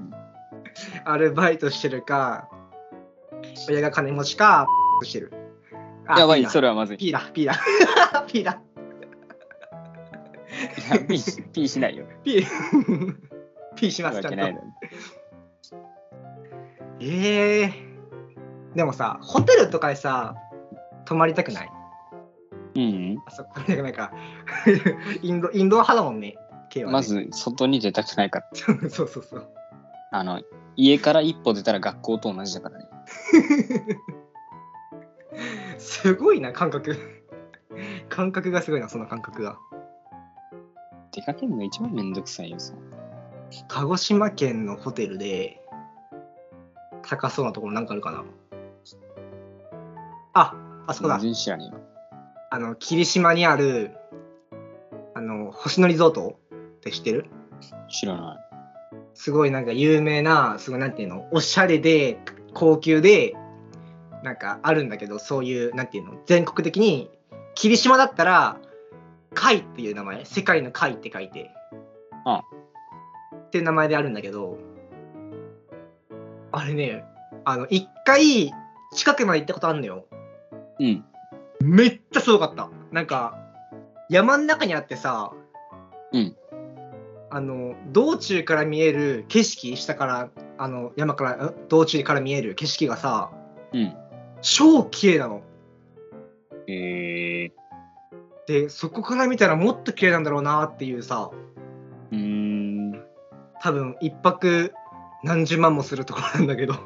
S1: アルバイトしてるか、親が金持ちか、してる。あ
S2: やば
S1: ピ
S2: い、
S1: ーだ
S2: それはまずい。
S1: ピーだ、ピーだ。 <laughs> ピーだ、
S2: いや、ピーピーしないよ。
S1: ピー。 <laughs> ピーします、ちゃんと。
S2: だろ。
S1: ええでもさ、ホテルとかでさ、泊まりたくない
S2: うん
S1: あ、そっか、 <laughs> 泊まりたくないか。インド、インド派だもんね、K
S2: う
S1: は
S2: ん。
S1: ね
S2: ま。ず、外に出たくないから。
S1: <laughs> そうそうそう。 <laughs>
S2: あの、家から一歩出たら学校と同じだからね。
S1: すごいな、感覚。感覚がすごいな、その感覚が。
S2: 出かけるのが一番めんどくさいよ、さ。
S1: 鹿児島県のホテルで高そうなところなんかあるかなああそこだ
S2: 全然知らねえわ。
S1: あの霧島にあるあの星野リゾートって知ってる
S2: 知らない。
S1: すごいなんか有名なすごいなんていうのおしゃれで高級でなんかあるんだけどそういうなんていうの全国的に霧島だったら海っていう名前世界の海って書いて
S2: うん
S1: っていう名前であるんだけどあれねあの一回近くまで行ったことあるのよ
S2: うん。
S1: めっちゃすごかったなんか山の中にあってさ
S2: うん
S1: あの道中から見える景色下からあの山からん道中から見える景色がさ
S2: うん。
S1: 超綺麗なの
S2: えー、
S1: でそこから見たらもっと綺麗なんだろうなっていうさ
S2: うーん。
S1: 多分一泊何十万もするところなんだけど
S2: は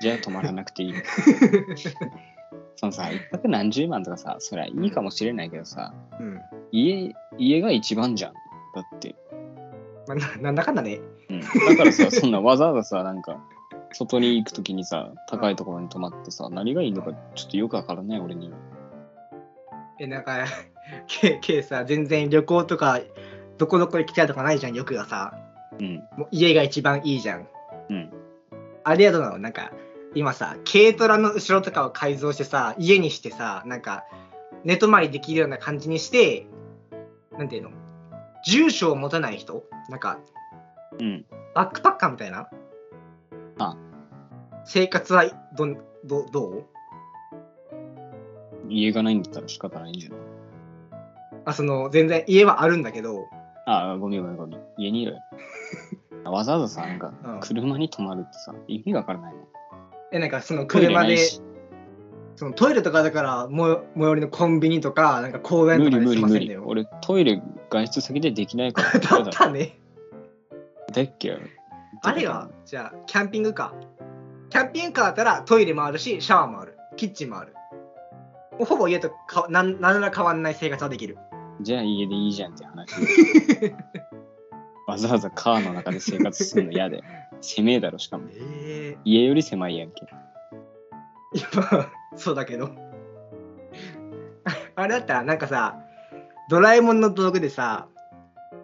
S2: じゃあ止まらなくてい <laughs> い。そのさ、一泊何十万とかさ、そりゃいいかもしれないけどさ、
S1: うん、ま
S2: 家、家が一番じゃん。だって。
S1: あななんだかんだね
S2: うん。だからさ、そんなわざわざさ、なんか、外に行くときにさ、高いところに泊まってさ、何がいいのかちょっとよくわからない俺には。
S1: えなんか <laughs> K, K さ全然旅行とかどこどこ行きたいとかないじゃん欲がさ
S2: うん。
S1: もう家が一番いいじゃん
S2: うん。
S1: あれやどうなのなんか今さ軽トラの後ろとかを改造してさ家にしてさなんか寝泊まりできるような感じにしてなんていうの住所を持たない人なんか
S2: うん。
S1: バックパッカーみたいな
S2: あ
S1: 生活はどんどどう
S2: 家がないんだったら仕方ないんじゃない
S1: あその全然家はあるんだけど、
S2: ああ、ごめんごめんごめん。家に
S1: <laughs>
S2: いる。わざわざさ、なんか、
S1: うん
S2: 車に泊まるってさ、意味がわからないもん。
S1: えなんかその
S2: トイレ
S1: 車
S2: ない
S1: で
S2: し
S1: そのトイレとかだからも最寄りのコンビニとかなんか公園
S2: 無
S1: とかで
S2: 理無
S1: 済
S2: 理
S1: ません
S2: 無
S1: だ
S2: 理。
S1: よ。
S2: 俺、トイレ外出先でできないから
S1: <laughs> だったね
S2: だっけ
S1: あれがじゃあキャンピングカーキャンピングカーだったらトイレもあるしシャワーもあるキッチンもあるもうほぼ家とかなんなんなら変わんない生活はできる
S2: じゃあ家で
S1: <laughs> <laughs>
S2: いいじゃんって話。わざわざカーの中で生活するの嫌で。狭えだろ、しかも。
S1: え
S2: 家より狭いやんけ。
S1: えー、まあ <laughs> そうだけどああれだったらなんかさドラえもんの道具でさ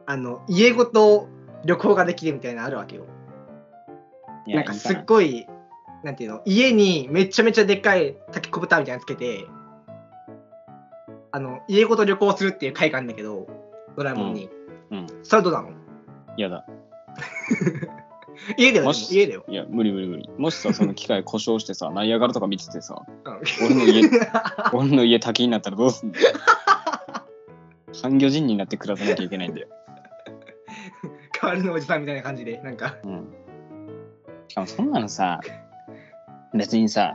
S1: あの家ごと旅行ができるみたいなのあるわけよ
S2: いや
S1: なんかす
S2: い
S1: っ
S2: い
S1: ごいなんていうの家にめちゃめちゃでっかい炊きこぶたみたいなのつけてあの家ごと旅行するっていう回があるんだけどドラえもんに、
S2: うんうん
S1: それはどうなの
S2: やだ。
S1: 家だよ
S2: も
S1: でも
S2: し
S1: 家だよ
S2: いや、無理無理無理。もしさ、その機械故障してさ、ナイアガラとか見ててさ、
S1: うん <laughs>
S2: 俺の家、俺の家滝になったらどうすんだよ。半魚人になって暮らさなきゃいけないんだよ。
S1: 代わりのおじさんみたいな感じでなん
S2: <laughs>
S1: か
S2: うん。しかもそんなのさ、別にさ、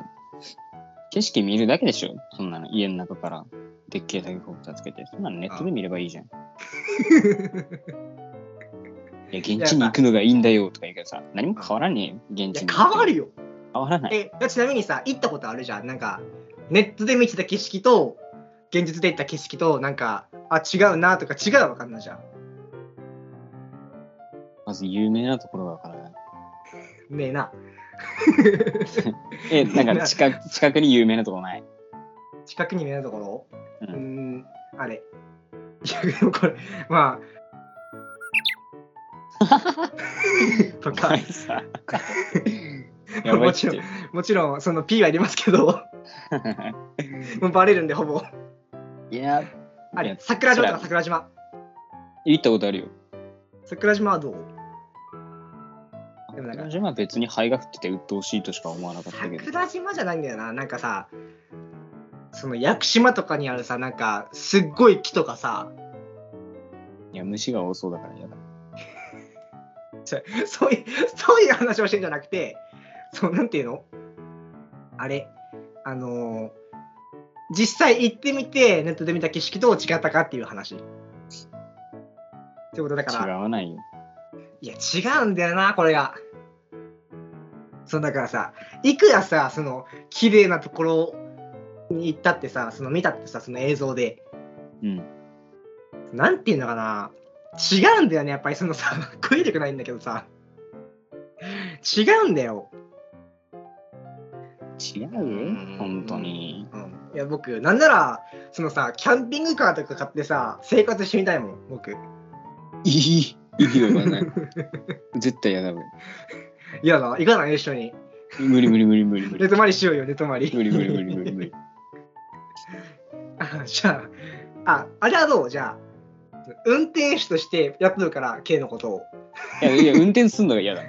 S2: 景色見るだけでしょ。そんなの家の中から、でっけえタケコプターつけて、そんなのネットで見ればいいじゃん。いや、現地に行くのがいいんだよとか言うけどさ、何も変わらねえよ、
S1: い
S2: 現
S1: や
S2: 地に行っても。
S1: 変わるよ
S2: 変わらない。
S1: えちなみにさ行ったことあるじゃんなんかネットで見てた景色と現実で行った景色となんかあ違うなとか違うは分かんないじゃん
S2: まず有名なところだからない。
S1: ねえな
S2: え、なんか近く近くに有名なとこない。
S1: 近くに見えないところ
S2: う
S1: うー
S2: ん。
S1: んあれいやでもこれま <laughs> あと
S2: お
S1: か
S2: 前さ、やば
S1: も
S2: いっ
S1: ちろん
S2: て。
S1: もちろんその P は入れますけどもうバレるんでほぼ
S2: いや、
S1: あ
S2: いや
S1: れ桜島とか桜島
S2: 行ったことあるよ。
S1: 桜島はどうでもなんか
S2: 桜島は別に灰が降ってて鬱陶しいとしか思わなかったけど。
S1: 桜島じゃないんだよななんかさその屋久島とかにあるさなんかすっごい木とかさ
S2: いや、虫が多そうだから嫌だ。
S1: <laughs> そういうそういう話をしてんじゃなくてそうなんていうのあれあのー実際行ってみてネットで見た景色と違ったかっていう話。ってことだから
S2: 違わないよ。
S1: いや違うんだよなこれが。そうだからさいくらさその綺麗なところに行ったってさその見たってさその映像で
S2: うん。
S1: なんていうのかな違うんだよねやっぱりそのさ <laughs> 食いたくないんだけどさ違うんだよ、
S2: 違う本当に。
S1: うん、いや僕なんならそのさキャンピングカーとか買ってさ生活してみたいもん僕
S2: いい、いいよ、行かない。絶対嫌だ。俺
S1: いやだ行かない一緒に
S2: 無理無理無理無理無
S1: 寝
S2: 理。
S1: 泊まりしようよ寝泊まり
S2: 無理無理無理無理無理。
S1: あ <laughs> じゃあ、あ、あれはどうじゃあ、運転手としてやってるから、K のことを。 <laughs>
S2: いや、いや運転すんのが嫌だ。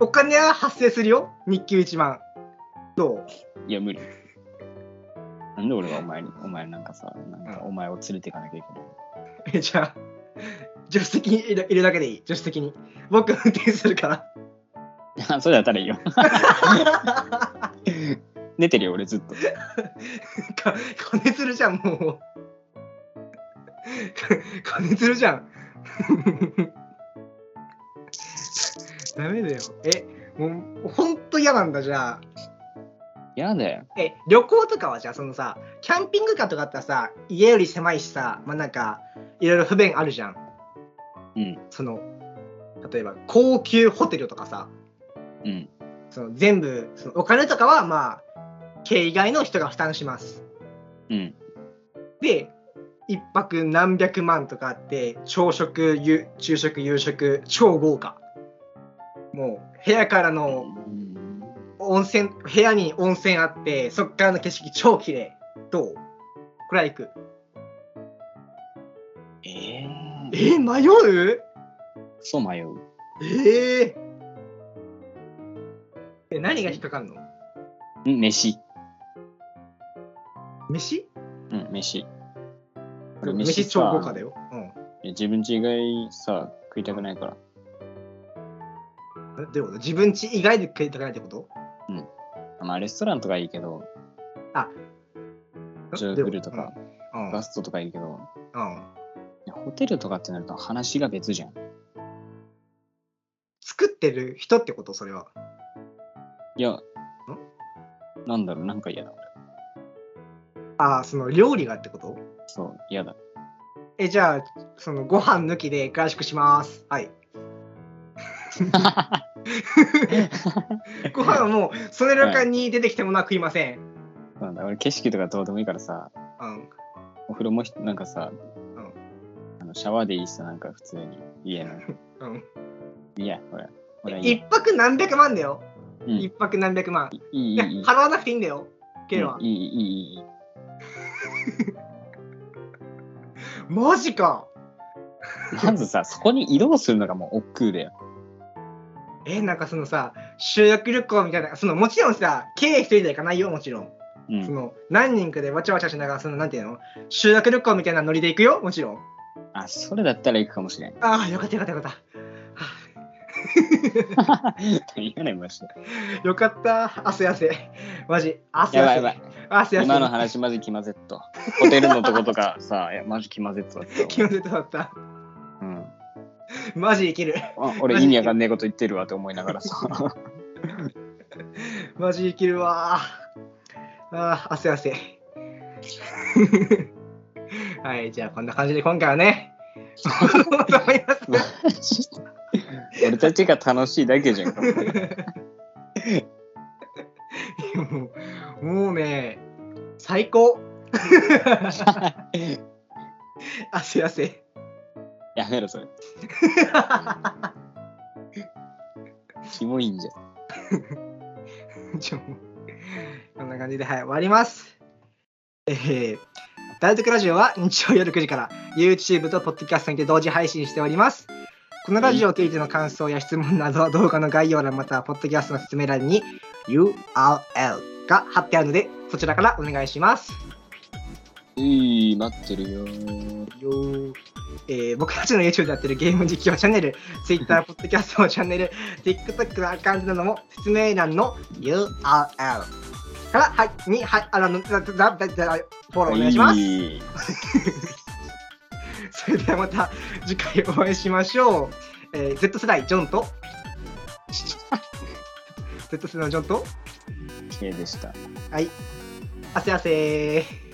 S1: お金は発生するよ、日給1万。どう
S2: いや、無理。なんで俺がお前に、お前なんかさ、なんかお前を連れていかなきゃいけない。
S1: え <laughs> じゃあ、助手席にいるいるだけでいい、助手席に。僕運転するから。
S2: あ <laughs> それだったらい
S1: <laughs>
S2: いよ。寝てるよ、俺ずっと。
S1: か加熱するじゃん、もう。か加熱するじゃん。 <laughs> ダメだよ。え、もう、ほんと嫌なんだ、じゃあ。
S2: 嫌だよ。
S1: え旅行とかはじゃあそのさキャンピングカーとかあったらさ家より狭いしさまあなんかいろいろ不便あるじゃん
S2: うん。
S1: その例えば高級ホテルとかさ
S2: うん。
S1: その全部そのお金とかはまあ経以外の人が負担します
S2: うん。
S1: で一泊何百万とかあって朝食ゆ昼食夕食超豪華もう部屋からの
S2: うん
S1: 温泉部屋に温泉あってそっからの景色超綺麗どうこれは行く
S2: え
S1: え
S2: ー、
S1: ー迷う
S2: クソ迷う。
S1: えええ何が引っかかんの
S2: ん飯。
S1: 飯
S2: うん、飯。俺
S1: 飯
S2: さ
S1: 超豪華だよ。
S2: いや自分ち以外さ、食いたくないから。
S1: うん。えどういうこと自分家以外で食いたくないってこと
S2: まあ、レストランとかいいけど、ジョーフルとか、
S1: うん。うん。
S2: ガストとかいいけど、
S1: うん
S2: いやホテルとかってなると話が別じゃん。
S1: 作ってる人ってことそれは。
S2: いや、なんだろう、なんか嫌だ。
S1: ああ、その料理がってこと
S2: そう、嫌だ。 <laughs> <laughs>
S1: え、じゃあ、そのご飯抜きで外食します。はい。ご飯はもう、その中に出てきたものは食いません。
S2: そうなんだ俺景色とかどうでもいいからさ
S1: うん。
S2: お風呂もひなんかさ、あのシャワーでいいしさなんか普通に家 <laughs> の
S1: うん。
S2: いやほらほらいい
S1: 一泊何百万だよ。
S2: うんい
S1: 一泊何百万。
S2: いいい
S1: い
S2: い
S1: や
S2: いい
S1: 払わなくていいんだよ。ケイは。
S2: いいいいいいいい
S1: マジか。
S2: まずさそこに移動するのがもう億劫だよ
S1: え、なんかそのさ、修学旅行みたいな、そのもちろんさ、経営一人では行かないよ、もちろん。
S2: うん
S1: その何人かでわちゃわちゃしながら、そのなんていうの修学旅行みたいなノリで行くよ、もちろん。
S2: あ、それだったら行くかもしれん。 <laughs>
S1: ああ、よかったよかったよかった。は
S2: 何がね、マジで。
S1: あよかった、汗汗。マジ、汗
S2: やばい
S1: 汗。
S2: やばい。
S1: 汗汗。
S2: 今の話マジ気まぜっと。ホテルのとことかさ、 <laughs> いやマジ気まぜっとだったわ。
S1: 気のせいだった。
S2: うん、あ
S1: マジ生きる。
S2: 俺意味わかんねえこと言ってるわって思いながらさ。 <laughs>
S1: マジ生きるわー。ああ、汗汗。 <laughs> はい、じゃあこんな感じで今回はね、 <laughs> そうと思います。
S2: マジで俺たちが楽しいだけじゃんか。
S1: もうもうね、最
S2: <laughs>
S1: 高。汗汗。
S2: やめろ、それ。キモいんじゃ
S1: <laughs>
S2: ん。
S1: じゃあもうこんな感じで、はい、終わります。えー、ダイトクラジオは日曜夜9時から YouTube と Podcast にて同時配信しております。このラジオを聞いての感想や質問などは動画の概要欄または Podcast の説明欄に URL が貼ってあるので、そちらからお願いします。
S2: いい、待ってるよー。
S1: よーえー僕たちの YouTube でやってるゲーム実況チャンネル、Twitter、Podcast のチャンネル、TikTok のアカウントなども説明欄の URL から、はい、に、はい、あの、だだだだフォローお願いします。
S2: いい
S1: それではまた次回お会いしましょう。えー Z 世代、ジョンと、Z 世代のジョンと、
S2: 系でした。
S1: はい、汗汗ー。